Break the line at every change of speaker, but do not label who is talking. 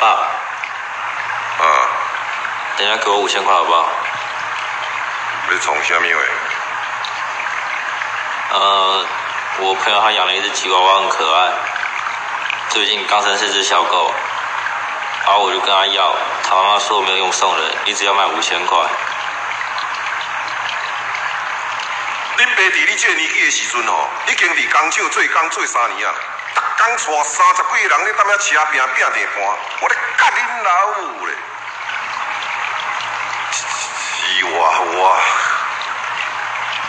爸爸，
啊，
等一下给我五千块好不好？
要创啥物话？
呃，我朋友他养了一只吉娃娃，很可爱，最近刚生是只小狗，然后我就跟他要，他妈妈说我没有用送人，一直要卖五千块。
你爸伫你这个年纪的时阵吼，已经伫工厂做工做三年啊，逐工带三十几个人咧踮遐车拼拼地盘，我咧甲恁老母咧，是哇哇。